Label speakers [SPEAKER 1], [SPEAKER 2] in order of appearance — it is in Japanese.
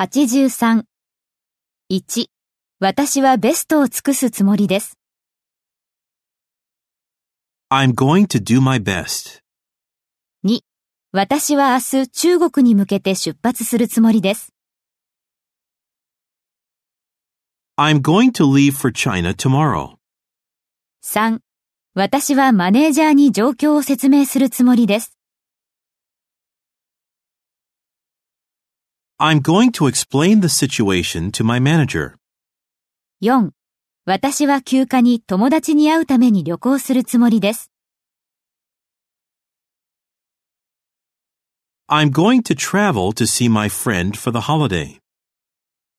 [SPEAKER 1] 83。1、私はベストを尽くすつもりです。
[SPEAKER 2] I'm going to do my best.
[SPEAKER 1] 私は明日中国に向けて出発するつもりです。
[SPEAKER 2] I'm going to leave for China tomorrow.
[SPEAKER 1] 3、私はマネージャーに状況を説明するつもりです。
[SPEAKER 2] I'm going to explain the situation to my manager.
[SPEAKER 1] 4、私は休暇に友達に会うために旅行するつもりです。
[SPEAKER 2] I'm going to travel to see my friend for the holiday.